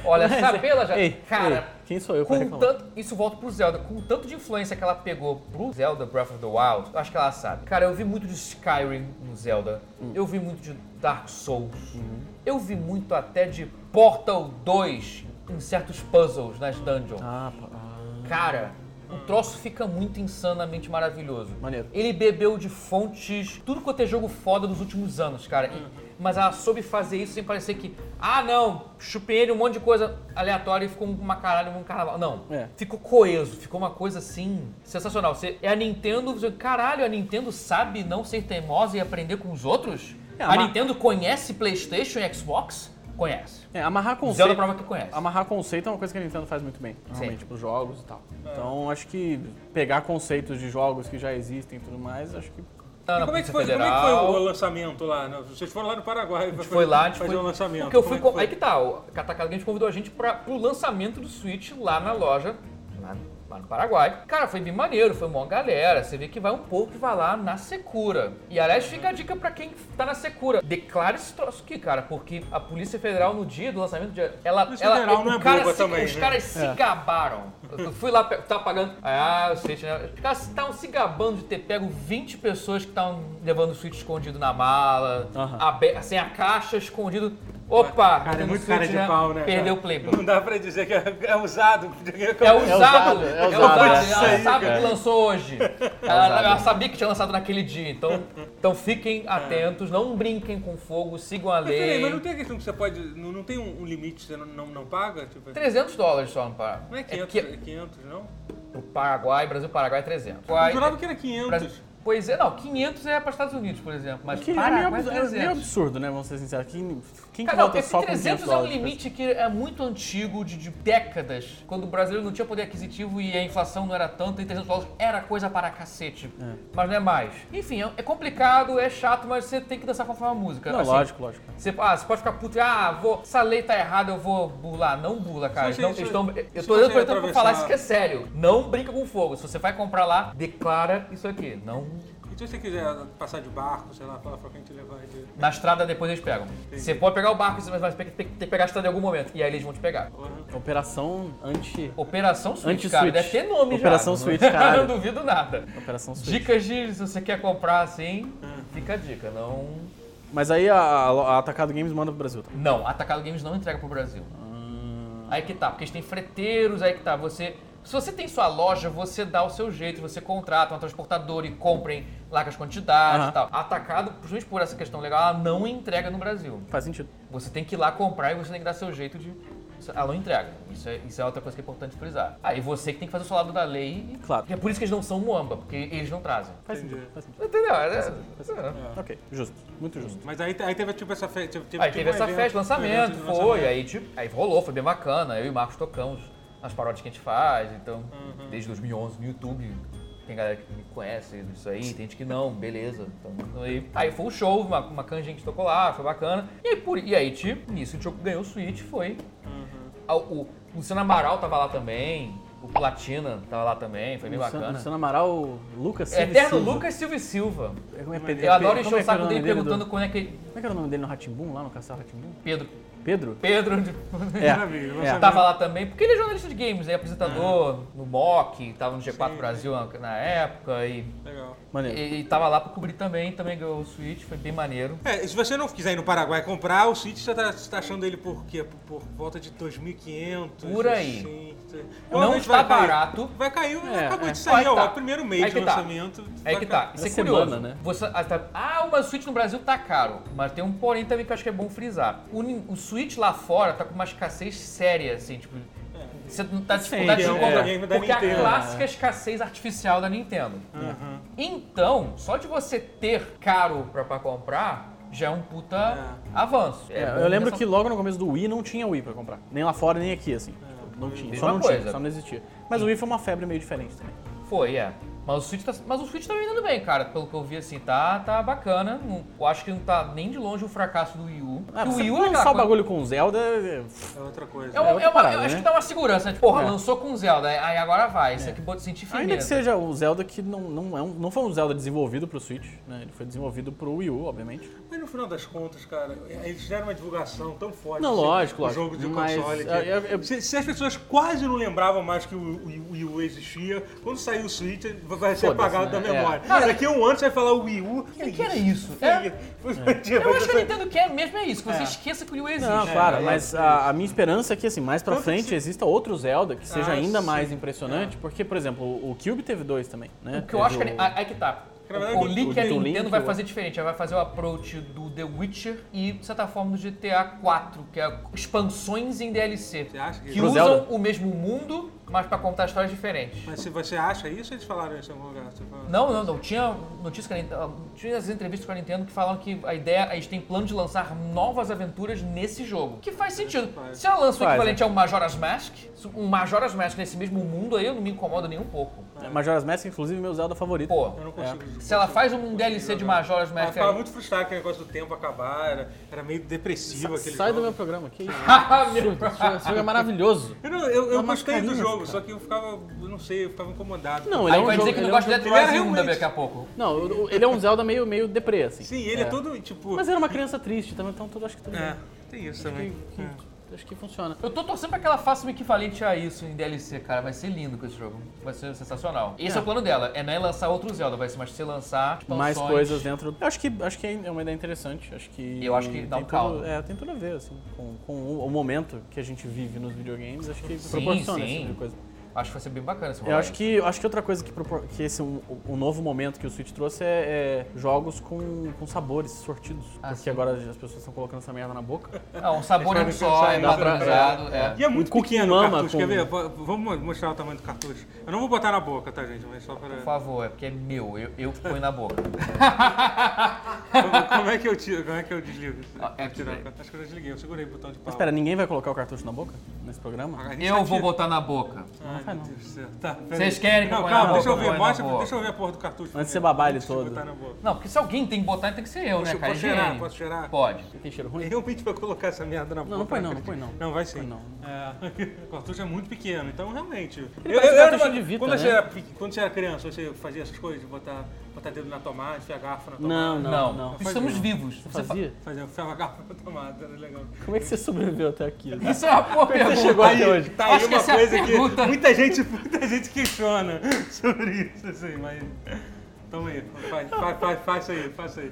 Olha, saber ela já. é- Ei, ei, cara, quem sou eu pra com reclamar? tanto. Isso volta pro Zelda. Com o tanto de influência que ela pegou pro Zelda Breath of the Wild, eu acho que ela sabe. Cara, eu vi muito de Skyrim no Zelda. Hum. Eu vi muito de Dark Souls. Eu vi muito até de Portal 2 em certos puzzles nas dungeons. Ah, pá. ah. Cara, O troço fica muito insanamente maravilhoso. Maneiro. Ele bebeu de fontes, tudo quanto é jogo foda dos últimos anos, cara. E- mas ela soube fazer isso sem parecer que, ah não, chupei ele um monte de coisa aleatória e ficou uma caralho, um carnaval. Não. É. Ficou coeso, ficou uma coisa assim sensacional. Você, é a Nintendo, você- caralho, a Nintendo sabe não ser teimosa e aprender com os outros? É, a mas- Nintendo conhece PlayStation e Xbox? Conhece. É, amarrar Zelda conceito. prova que conhece. Amarrar conceito é uma coisa que a Nintendo faz muito bem, normalmente, pros jogos e tal. É. Então acho que pegar conceitos de jogos que já existem e tudo mais, acho que. Tá na Como é, que Polícia foi, como é que foi Federal. o lançamento lá? né? Vocês foram lá no Paraguai A gente foi lá, a gente fazer foi... o lançamento. Porque eu fui... Como é com- Aí que tá, o Katakata Games convidou a gente pra, pro lançamento do Switch lá na loja, lá, lá no Paraguai. Cara, foi bem maneiro, foi uma galera. Você vê que vai um pouco que vai lá na secura. E aliás, fica a dica pra quem tá na secura. Declara esse troço aqui, cara, porque a Polícia Federal no dia do lançamento, de- ela... Polícia ela Federal o não é cara boba se- também, Os né? caras se gabaram. Eu fui lá, pe- tava pagando. Ah, o Switch, né? Os caras estavam se gabando de ter pego 20 pessoas que estavam levando o Switch escondido na mala, Aham. abe- sem a caixa, escondido. Opa! Cara, é tendo muito Switch, cara de pau, né? Perdeu o cara? Playboy. Não dá pra dizer que é, é usado. (laughs) porque- É usado, usado, é é usado, usado. é. Ela Isso aí, sabe cara. que lançou hoje. Ela, ela sabia que tinha lançado naquele dia. Então, então fiquem atentos, não brinquem com fogo, sigam a Mas peraí, mas não lei. tem a questão que você pode. Não, não tem um, um limite que você não, não, não paga? Tipo, 300 dólares só no Paraguai. não é 500, que- é 500 não? o Paraguai, Brasil, Paraguai é 300. Eu jurava que era 500. Pra- Pois é, não, 500 é para Estados Unidos, por exemplo, mas que é, meio Paraguai absurdo, é é 300. meio absurdo, né? Vamos ser sinceros. Quem, quem que Cara, não, volta esse só com né? 300 é um dólares? limite que é muito antigo, de, de décadas, quando o brasileiro não tinha poder aquisitivo e a inflação não era tanta, e 300 dólares era coisa para cacete, mas não é mais. Enfim, é, é complicado, é chato, mas você tem que dançar conforme a música. Não, Assim, lógico, lógico. Você, ah, você pode ficar puto, ah, vou, essa lei tá errada, eu vou burlar. Não burla, cara. Se você- Não, eles se- tão- se você eu tô dando por exemplo pra atravessar- falar isso que é sério. Não brinca com fogo. Se você vai comprar lá, declara isso aqui. Não E se você quiser passar de barco, sei lá, fala pra quem te levar de. Na estrada depois eles pegam. Você pode pegar o barco, mas vai ter que ter que pegar a estrada em algum momento. E aí eles vão te pegar. Operação anti. Operação Switch, Anti-Switch. cara. Deve ter nome Operação já. Switch, cara. cara. (laughs) Não duvido nada. Operação Switch. Dicas de se você quer comprar assim, fica a dica. Não, Mas aí a, a Atacado Games manda pro Brasil. Tá? não. Atacado Games não entrega pro Brasil. Ah. Aí que tá, porque eles têm freteiros, aí que tá. Você, se você tem sua loja, você dá o seu jeito, você contrata uma transportadora e comprem largas quantidades Aham. e tal. Atacado, justamente por essa questão legal, ela não entrega no Brasil. Faz sentido. Você tem que ir lá comprar e você tem que dar seu jeito de. Ela não entrega. Isso é, isso é outra coisa que é importante frisar. Aí você que tem que fazer o seu lado da lei. e- Claro. Porque É por isso que eles não são muamba, porque eles não trazem. Faz Entendi. sentido. Faz sentido. Entendeu? É- é. Ok, justo. Muito justo. Mas aí, aí teve tipo essa festa. Teve, Aí tipo, teve um essa evento, festa, um lançamento, evento de foi. Aí, tipo, aí rolou, foi bem bacana. Eu e o Marcos tocamos as paródias que a gente faz. Então, Uhum. desde 2011 no YouTube. Tem galera que me conhece isso aí, tem gente que não, beleza. Então, aí, aí foi um show, uma, uma canja que a gente tocou lá, foi bacana. E aí, por, e aí tipo, nisso, o Tioco ganhou o Switch, foi Uhum. Ah, O o Luciano Amaral tava lá também, o Platina tava lá também, foi bem Luciano, bacana. É Luciano Amaral, Lucas Silva. e Eterno Silva. Lucas Silva e Silva. Como é Pedro- Eu adoro Pedro- encher o como é que era saco dele o nome dele do- perguntando quando é que Como é que era o nome dele no Ratimbum, lá no Castelo Ratimbum? Pedro. (laughs) Pedro? Pedro de- Maravilha, É. lançamento. tava lá também, porque ele é jornalista de games, é apresentador no MOC, tava no G4 Brasil na, na época e, Legal. Maneiro. e, e tava lá pra cobrir também, também ganhou o Switch, foi bem maneiro. É, e se você não quiser ir no Paraguai comprar, o Switch você tá, você tá achando ele por quê? Por, por volta de 2.500? Por aí. assim, você- Não Provavelmente está vai cair. barato, Vai cair, É, acabou é. de sair, Aí ó, tá. é o primeiro mês Aí de que tá. lançamento. É vai que cair. tá, isso é Na semana, curioso. né? Você- ah, tá- ah, uma Switch no Brasil tá caro, mas tem um porém também que eu acho que é bom frisar. O, nin- o Switch lá fora tá com uma escassez séria, assim, tipo... Você não tá dificuldade que de é um comprar, videogame da porque a né? Nintendo, clássica escassez artificial da Nintendo. Aham. Então, só de você ter caro pra, pra comprar, já é um puta avanço. É, eu lembro que logo no começo do Wii não tinha Wii pra comprar. Nem lá fora, nem aqui, assim. Tipo, não tinha. Só Mesma não coisa. tinha, só não existia. Mas o Wii foi uma febre meio diferente também. Foi, é. Mas o Switch tá, mas o Switch tá vendendo bem, cara. Pelo que eu vi, assim, tá, tá bacana. Não- eu acho que não tá nem de longe o fracasso do Wii U. Ah, Porque o você Wii U é aquela lançar o coisa- bagulho com Zelda. é- É outra coisa. É uma- É outra é uma- parada, eu acho né? que dá uma segurança. né? Porra, É. lançou com Zelda, né? aí agora vai. Isso aqui pode sentir firmeza. Ainda que seja um Zelda que não, não, é um, não foi um Zelda desenvolvido pro Switch, né? Ele foi desenvolvido pro Wii U, obviamente. Mas no final das contas, cara, eles fizeram uma divulgação tão forte. Não, lógico, o lógico, jogo de mas, console. que- é, é, é- Se, se as pessoas quase não lembravam mais que o Wii o Wii U existia, quando saiu o Switch, vai ser Foda-se, apagado né? da memória. É. Cara, Daqui a um ano você vai falar o Wii U. Que que era isso? Que (laughs) É. Foi bandido, Eu acho que a você- Nintendo quer mesmo é isso, que você esqueça que o Wii U existe. Não, É. Ah, claro, é, mas a, a minha esperança é que, assim, mais pra Tanto frente que- exista outro Zelda que seja Ah, ainda sim. mais impressionante, porque, por exemplo, o o Cube teve dois também, né? É. O que eu acho que. Teve a- a- Aí que tá. Na verdade, O, o link que a o do Nintendo Link, vai o- fazer diferente. Ela vai fazer o approach do The Witcher e, de certa forma, do GTA 4, que é expansões em DLC. Você acha que- que Pro usam Zelda? o mesmo mundo, mas pra contar histórias diferentes. Mas se você acha isso, eles falaram isso em algum lugar. Você fala- Não, não, não. Tinha notícias que a Nintendo, tinha as entrevistas com a Nintendo que falam que a ideia, eles têm plano de lançar novas aventuras nesse jogo. Que faz sentido. Faz. Se ela lança o Faz, é. equivalente a um Majora's Mask, um Majora's Mask nesse mesmo mundo aí, eu não me incomodo nem um pouco. Majora's Mask, inclusive, meu Zelda favorito. Pô, Eu não consigo. se ela faz um DLC de Majora's Ela Mask ficava aí, muito frustrada com o negócio do tempo acabar, era, era meio depressivo aquele Sai do jogo. meu programa, (laughs) que isso? (laughs) Ah, meu Esse jogo- esse jogo é maravilhoso. Eu, não, eu, eu Uma gostei do mascarinha, jogo, cara. só que eu ficava, eu não sei, eu ficava incomodado. Não, ele é Aí um vai jogo, dizer que não ele gosta é de um... Dead Ele era Rising 1 realmente- daqui a pouco. Não, o- o- ele é um Zelda meio, meio deprê, assim. Sim, ele é, todo, tipo... Mas era uma criança triste também, então tudo, acho que tudo É, bem. tem isso Acho também. que- É. que- Acho que funciona. Eu tô torcendo pra que ela faça um equivalente a isso em DLC, cara. Vai ser lindo com esse jogo. Vai ser sensacional. Esse é, É. o plano dela. É não é lançar outro Zelda, vai ser mas se lançar tipo, mais expansões. coisas dentro. do- Acho que acho que é uma ideia interessante. Acho que Eu acho que dá tem um tudo- caldo. É, tem tudo a ver assim com, com o, o momento que a gente vive nos videogames. Acho que Sim, proporciona sim. esse tipo de coisa. Acho que vai ser bem bacana esse Eu acho que acho que outra coisa que, propor- que esse um, um novo momento que o Switch trouxe é, é jogos com, com sabores sortidos, Ah, porque sim. agora as pessoas estão colocando essa merda na boca. Ah, um sabor é um Eles podem só, pensar é em padronizado. É. E é muito Um cookie pequeno o mama cartucho, quer com- ver? V- Vamos mostrar o tamanho do cartucho. Eu não vou botar na boca, tá, gente? Mas só pra... Por favor, é porque é meu, eu, eu ponho na boca. Como, como é que eu tiro? Como é que eu desligo? Ah, é Vou tirar- aqui, Acho que eu já desliguei, eu segurei o botão de pau. Espera, ninguém vai colocar o cartucho na boca nesse programa? Ah, a gente Eu tá vou tirando. botar na boca. Ai, Ah, meu Deus do céu. Tá, peraí. Vocês querem que eu Não, ponha na calma, boca? deixa eu eu ver. ponho na Mostra, boca. deixa eu ver a porra do cartucho. Antes de você primeiro, babar ele antes de todo. botar na boca. Não, porque se alguém tem que botar, tem que ser eu, né, Posso- cara? posso cheirar? Higiene. Posso cheirar? Pode. Tem cheiro ruim? Realmente vai colocar essa merda na boca. Não, não põe não, né, não põe não. Não, vai sim. Põe não. É, (laughs) o cartucho é muito pequeno, então realmente. parece um era cartucho uma- de Vita, quando, né? você era, pe- quando você era criança, você fazia essas coisas, de botar, botar dedo na tomada, enfiar garfo na tomada. Não, Não, não. estamos Fazia. vivos. Você fa- Fazia? Fazia, enfiava (laughs) garfo na tomada, era legal. Como é que você sobreviveu até aqui? Isso é uma boa pergunta. aí, Tá aí Acho que uma essa é a coisa que pergunta. muita gente, muita gente questiona (laughs) sobre isso, assim, mas. Toma aí, faz, faz, faz, faz aí, faça aí.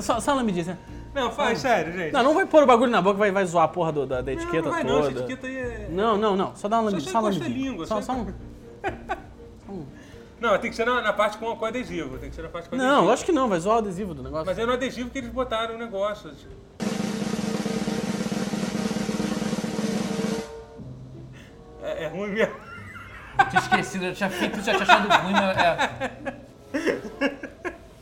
Só, só ela me diz, né? Não, faz, sério, gente. Não, não vai pôr o bagulho na boca, vai, vai zoar a porra do- da, da Não, etiqueta não vai não, toda. essa etiqueta aí é. Não, não, não. Só dá uma lambidinha. você Só uma encosta a lambidinha. língua, Só, só- só um... Não, tem que ser na, na parte com, com adesivo, tem que ser na parte com adesivo. Não, lógico que não. Vai zoar o adesivo do negócio. Mas é no adesivo que eles botaram o negócio. tipo. É, é ruim mesmo. Eu tinha esquecido, eu tinha feito, eu já tinha achado ruim, mas é.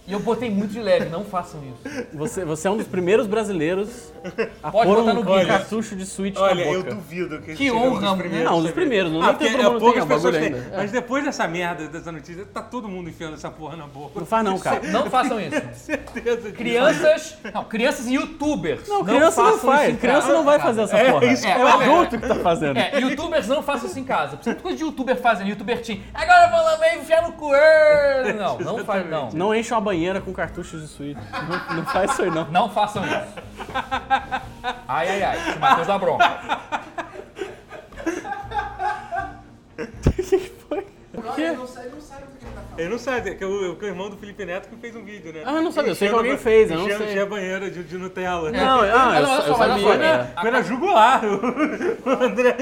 E eu botei muito de leve, não façam isso. Você, você é um dos primeiros brasileiros a Pode pôr botar um no bico. cartucho de Switch Olha, na eu boca. duvido que, Que seja um dos honra, primeiros Não, um dos saber. primeiros, não ah, tem porque problema, é, não poucas tem pessoas bagulho têm. ainda. É. Mas depois dessa merda, dessa notícia, tá todo mundo enfiando essa porra na boca. Não faz não, cara. Não façam isso. Certeza disso. Crianças. Não, crianças e youtubers. Não, criança não, façam faz. isso em criança casa, não vai cara. fazer essa É porra. isso, É, é o verdade. adulto que tá fazendo. É, youtubers não façam isso em casa. Por isso que coisa de youtuber fazem, youtuber team. Agora eu vou lá meio enfiar no cu. ah! Não, não faz, não. Não enche uma banheira com cartuchos de Switch. Não, não faz isso aí, não. Não façam isso. Ai, ai, ai. Isso, Matheus da bronca. Por quê? Eu não sei, é que o, que o irmão do Felipe Neto que fez um vídeo, né? Ah, eu não sabia, eu sei que Enchendo alguém a ba- fez, eu não enchendo- sei. Enchendo a banheira de, de Nutella. né? Não, ah, eu, Não, olha eu só, olha só, sabia. né? né? Foi na jugular, o o André.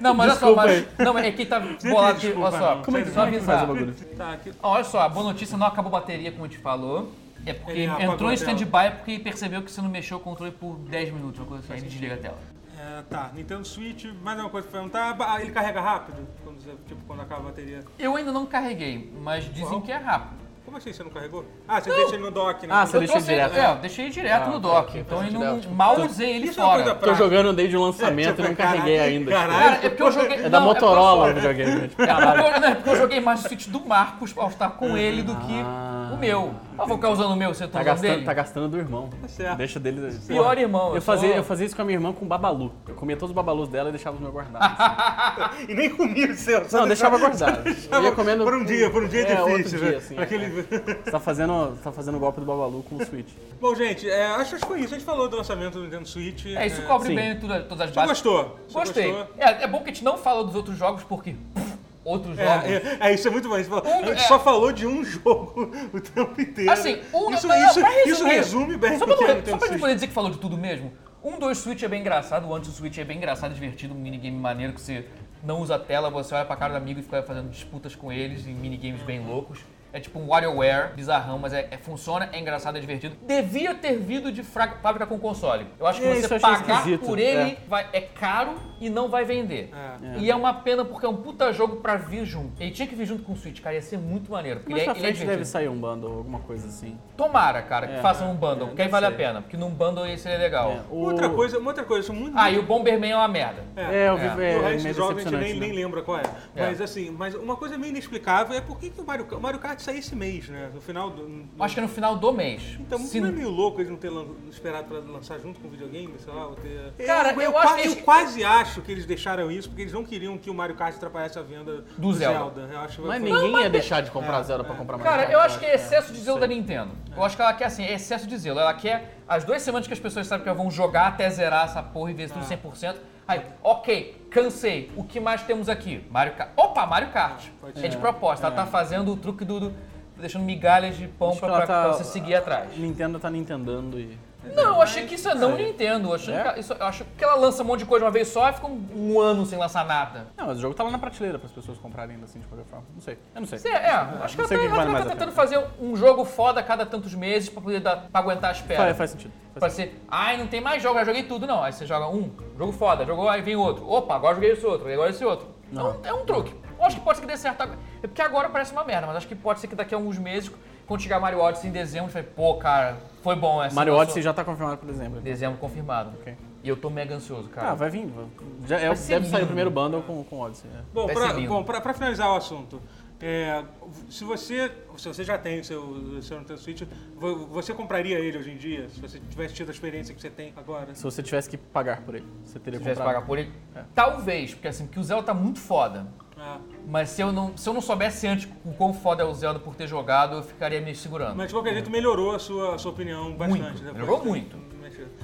Não, mas Desculpa olha aí. só, mas. Não, é quem tá Sempre bolado aqui. desculpa, Olha só. não. Como é que só faz avisar. o bagulho? Tá, aqui. Ó, Olha só, a boa notícia não acabou a bateria, como a gente falou. É porque Ele apagou entrou em a tela. stand-by é porque percebeu que você não mexeu o controle por 10 minutos, uma coisa assim, aí ele desliga a tela. É, tá, Nintendo Switch, mais uma coisa pra perguntar. Ah, Ele carrega rápido? Quando, você- tipo, quando acaba a bateria. Eu ainda não carreguei, mas dizem Uau. que é rápido. Como assim você não carregou? Ah, você deixa ele no dock, né? Ah, você eu deixou trouxe direto. Ele, é, eu deixei ele direto no dock, então ele não, mal usei ele Isso é uma coisa fora. pra- Tô jogando (laughs) desde o lançamento Tipo, e não carreguei caralho, ainda. caralho. Cara, é porque eu joguei. É da não, porque eu Motorola sou- o videogame, né? Tipo, tá gente. É Caralho. porque, eu- é porque eu joguei mais o Switch do Marcos ao estar com ele do que Ah. o meu. Eu vou ficar usando o meu, você tá Tá usando gastando, dele? tá gastando do irmão. certo. Deixa dele. Pior irmão. sou- Eu fazia, eu fazia isso com a minha irmã com babalu. Eu comia todos os babalus dela e deixava os meus guardados. E nem comi o seu. (laughs) só Não, deixava deixava- guardado. Eu ia comendo. Por um dia, por um dia é é, difícil, outro né? dia, assim. Pra aquele- Você tá fazendo, você tá fazendo o golpe do babalu com o Switch. Bom, gente, é, acho que foi isso. A gente falou do lançamento do Nintendo Switch. É, isso cobre Sim. bem tudo- todas as Você bases. gostou? Você Gostei. gostou? É, é bom que a gente não falou dos outros jogos porque. pff, outros jogos. É, é, é, isso é muito bom. Você falou- Um- a gente é. só falou de um (laughs) jogo o tempo inteiro. Assim, um, isso, pra- isso, pra isso resumir, resume bem Só o pra, que é não- só Nintendo pra gente System. poder dizer que falou de tudo mesmo. Um, dois Switch é bem engraçado, o anti-Switch é bem engraçado, divertido, um minigame maneiro que você não usa a tela, você olha pra cara do amigo e fica fazendo disputas com eles em minigames bem loucos. É tipo um WarioWare, bizarrão, mas é, é- funciona, é engraçado, é divertido. Devia ter vindo de fra- fábrica com console. Eu acho que É, isso eu você achei pagar esquisito, por ele é. vai- é caro e não vai vender. É. E é uma pena porque é um puta jogo pra vir junto. Ele tinha que vir junto com o Switch, cara, ia ser muito maneiro. Porque Mais ele é, pra ele é frente divertido. deve sair um bundle, alguma coisa assim. Tomara, cara, que É, façam um bundle, é, porque aí deve vale a ser. pena, porque num bundle aí seria legal. É, o- Outra coisa, uma outra coisa, isso muito. Ah, e o Bomberman é uma merda. É, eu vi, é, o meio resto dos jogos a gente decepcionante, nem, né? nem lembra qual é. É. Mas assim, mas uma coisa meio inexplicável é por que, que o Mario, Kart- o Mario Kart sai esse mês, né? No final do. no- Acho que é no final do mês. Então, Se- não é meio louco eles não terem lan- esperado pra lançar junto com o videogame, sei lá, ou ter... Cara, eu acho qua- que eu eles- quase acho que eles deixaram isso, porque eles não queriam que o Mario Kart atrapalhasse a venda do, Zelda. Eu acho que Mas foi- ninguém ia deixar de é. comprar Zelda pra comprar Mario Cara, Kart, eu acho que é né? excesso de zelo da Nintendo. Eu acho que ela quer assim, é excesso de zelo. Ela quer as duas semanas que as pessoas sabem que vão jogar até zerar essa porra e ver se no 100%. Aí, ok, cansei. O que mais temos aqui? Mario Kart. Opa, Mario Kart. pode É, ser. de proposta. Ela tá fazendo o truque do... do- deixando migalhas de pão Acho que pra, ela pra- pra tá- você seguir atrás. Nintendo tá Nintendando e. Não, eu achei que isso é não Nintendo. Eu achei, É? que, ela- isso- eu acho que ela lança um monte de coisa uma vez só e fica um, um ano sem lançar nada. Não, mas o jogo tá lá na prateleira pras pessoas comprarem ainda assim de qualquer forma. Não sei. Eu não sei. Sim, é, acho que não ela sei tá, o que vale ela mais tá a tentando pena. fazer um jogo foda a cada tantos meses pra poder dar, pra aguentar a espera. Faz, faz sentido. Faz Pra ser, ai, não tem mais jogo, já joguei tudo, não. Aí você joga um, jogo foda, jogou, aí vem outro. Opa, agora joguei esse outro, agora esse outro. Então é um truque. Eu acho que pode ser que dê certo agora. É porque agora parece uma merda, mas acho que pode ser que daqui a alguns meses, quando chegar Mario Odyssey em dezembro, você fala, pô, cara, foi bom essa. Mario lançou- Odyssey já tá confirmado por dezembro. Dezembro confirmado. Ok. E eu tô mega ansioso, cara. Ah, vai vir. vai- Já é, Vai deve ser sair lindo. o primeiro bundle com, com Odyssey. é. Bom, Vai pra, ser lindo. bom pra, pra finalizar o assunto, é, se, você, se você já tem o seu, o seu Nintendo Switch, vo- você compraria ele hoje em dia? Se você tivesse tido a experiência que você tem agora? Se você tivesse que pagar por ele, você teria Se que tivesse comprar. que pagar por ele. Talvez, porque assim, porque o Zelda tá muito foda. Ah, Mas se eu não, se eu não soubesse antes o quão foda é o Zelda por ter jogado, eu ficaria me segurando. mas de qualquer jeito melhorou a sua, a sua opinião muito. bastante. né, depois. Jogou muito.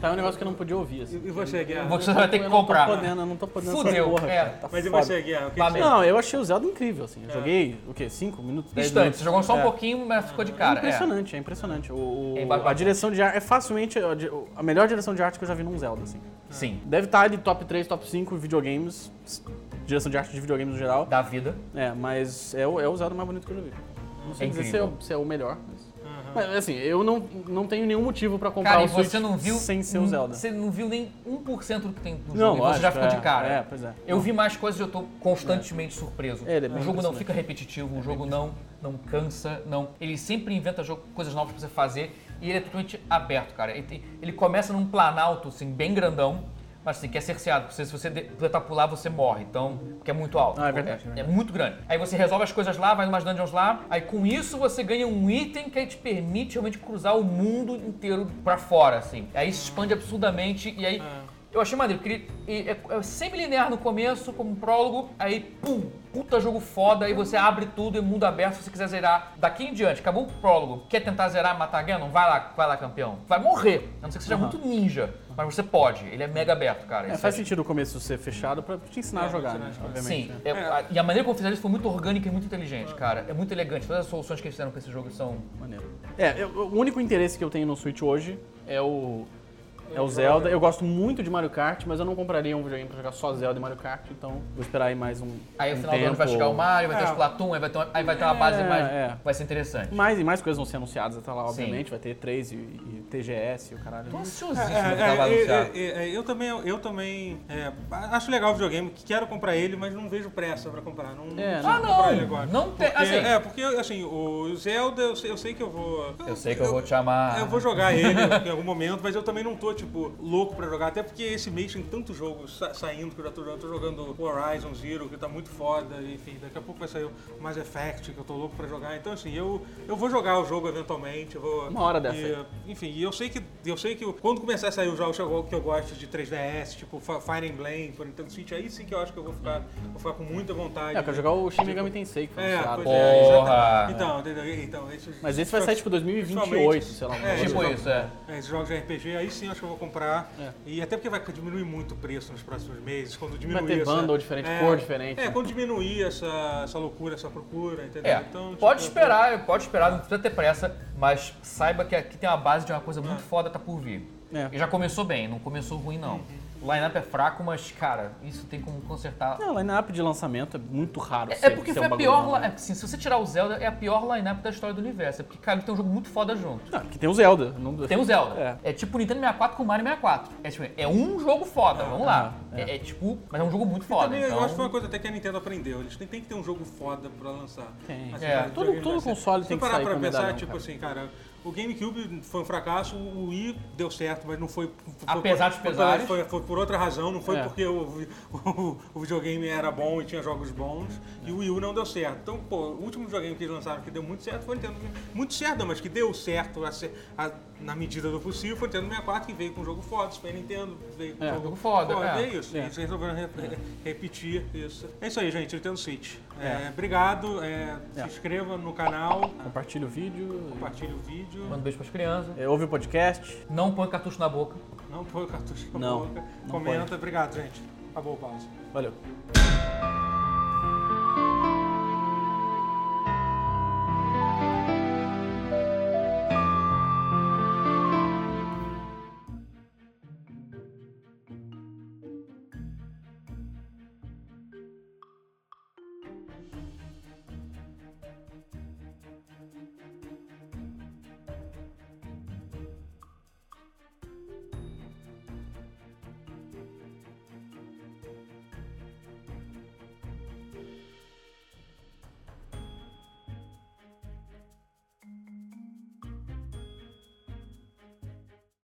Tá, é um negócio que eu não podia ouvir, assim. E você, Guerra? Você vai ter que comprar. né? Eu não tô podendo, eu não tô podendo essa Fudeu, porra, é. cara, tá Mas e foda. você, Guerra? O que Tá que bem. você- Não, eu achei o Zelda incrível, assim. Eu joguei, o quê? 5 minutos? 10 Distante. minutos? Você jogou só um É. pouquinho, mas ficou de É cara. É. impressionante, é, impressionante. O, o- É embaçado. a direção de arte é facilmente a, di- a melhor direção de arte que eu já vi num Zelda, assim. É, Sim. Deve estar ali top 3, top 5 videogames, direção de arte de videogames no geral. Da vida. É, mas é o, é o Zelda mais bonito que eu já vi. Não sei É dizer se é, incrível. o, se é o melhor, mas... Mas, assim, eu não, não tenho nenhum motivo pra comprar Cara, o e Switch você não viu. sem ser o n- Zelda. Você não viu nem 1% do que tem no Não, jogo. e você já lógico, ficou é, de cara. é, pois é. Eu vi mais coisas e eu tô constantemente surpreso. É, ele é bem o jogo não impressionante. É fica repetitivo, o jogo não, não cansa, não. Ele sempre inventa jogo, coisas novas pra você fazer e ele é totalmente aberto, cara. Ele, tem- ele começa num planalto, assim, bem grandão, mas assim, que é cerceado. Porque se você de- tentar pular, você morre, então, porque é muito alto. Ah, é verdade, é é muito grande. Aí você resolve as coisas lá, vai umas dungeons lá, aí com isso você ganha um item que aí te permite realmente cruzar o mundo inteiro pra fora, assim. Aí se expande absurdamente e aí. Ah. Eu achei maneiro, porque ele, ele é, é sempre linear no começo, como um prólogo, aí pum, puta jogo foda, aí você abre tudo, é mundo aberto, se você quiser zerar. Daqui em diante, acabou o prólogo, quer tentar zerar, matar a guerra? Não, vai lá, vai lá, campeão. Vai morrer, a não ser que seja muito ninja, mas você pode, ele é mega aberto, cara. É, Isso faz é- sentido o começo ser fechado pra te ensinar a jogar, né? Sim, Obviamente. né? é- a- e a maneira como fizeram isso foi muito orgânica e muito inteligente, cara. É muito elegante. Todas as soluções que eles fizeram com esse jogo são. Maneiro. É, eu- o único interesse que eu tenho no Switch hoje é o. É o Zelda. Eu gosto muito de Mario Kart, mas eu não compraria um videogame pra jogar só Zelda e Mario Kart, então vou esperar aí mais um. Aí no um final do tempo. ano vai chegar o Mario, vai ter É. o Splatoon, aí vai ter uma, aí vai ter uma base É, mais. é. Vai ser interessante. Mais e mais coisas vão ser anunciadas até lá, Sim. obviamente. Vai ter 3 e, e TGS e o caralho. Tô ansiosíssimo É, pra é, balancear. é, é, é, eu também, eu também é, acho legal o videogame, que quero comprar ele, mas não vejo pressa pra comprar. Não, É, preciso Ah, comprar ele não! agora. Não tem. Porque- Assim, É, porque assim, o Zelda, eu sei, eu sei que é, eu vou. eu sei que eu vou te amar. Eu vou jogar ele em algum momento, mas eu também não tô, tipo, louco pra jogar. Até porque esse mês tem tantos jogos sa- saindo que eu já tô, eu tô jogando o Horizon Zero, que tá muito foda. Enfim, daqui a pouco vai sair o Mass Effect, que eu tô louco pra jogar. Então, assim, eu, eu vou jogar o jogo eventualmente. eu vou- Uma hora dessa e, aí. Enfim, E eu sei que eu sei que eu- quando começar a sair os jogos que eu, que eu gosto de 3DS, tipo Fa- Fire Emblem, por Nintendo Switch, aí sim que eu acho que eu vou ficar, vou ficar com muita vontade. É, eu quero jogar o Shin Megami Tensei, que foi É, anunciado. pois é, Porra! exatamente. Então, entendeu? Então, esses- Mas esse vai sair tipo Principalmente. 2028, sei lá. É, tipo jogo- isso, é. É, esses jogos de RPG, aí sim acho que eu vou comprar. É. E até porque vai diminuir muito o preço nos próximos meses, quando diminuir Vai ter essa... bundle diferente, cor diferente. É, quando diminuir essa, essa loucura, essa procura, entendeu? É, tipo, pode eu- esperar, pode esperar, não precisa ter pressa, mas saiba que aqui tem uma base de uma coisa muito foda tá por vir. É. E já começou bem, não começou ruim não. Uhum. O line-up é fraco, mas cara, isso tem como consertar. Não, line-up de lançamento é muito raro. É, ser- é porque ser foi um a bagulho pior, bom, li- né? é, assim, se você tirar o Zelda, é a pior line-up da história do universo. É porque, cara, tem um jogo muito foda junto. Não, que tem o Zelda. Não... Tem o Zelda. É, É. tipo Nintendo 64 com Mario 64. É, tipo, é um jogo foda, vamos lá. É. é tipo, mas é um jogo muito foda. Também então- eu acho que foi uma coisa até que a Nintendo aprendeu. Eles têm, têm que ter um jogo foda pra lançar. Tem. Mas, É. cara, o Todo- videogame todo vai ser- console Se tem que parar sair pra com pensar, medalhão, tipo cara. assim, cara, o GameCube foi um fracasso, o Wii deu certo, mas não foi... foi- Apesar dos foi, por- pesares. Foi, foi por outra razão, não foi É. porque o, vi- (laughs) o- o videogame era bom e tinha jogos bons, e o Wii U não deu certo. Então, pô, o último videogame que eles lançaram que deu muito certo foi o Nintendo... Muito certo, não, mas que deu certo a ser- a- na medida do possível foi o Nintendo 64, que veio com um jogo foda, Super Nintendo veio com É, um jogo jogo foda, é. é isso, É. eles resolveram re- re- repetir isso. É isso aí, gente, Nintendo Switch. É, Obrigado, é, se É. inscreva no canal, Compartilha o vídeo. compartilhe o vídeo. Manda um beijo pras crianças. é, Ouve o podcast. Não põe cartucho na boca. Não põe o cartucho na Não, boca. não Comenta, pode. obrigado, gente. Acabou o pause. Valeu.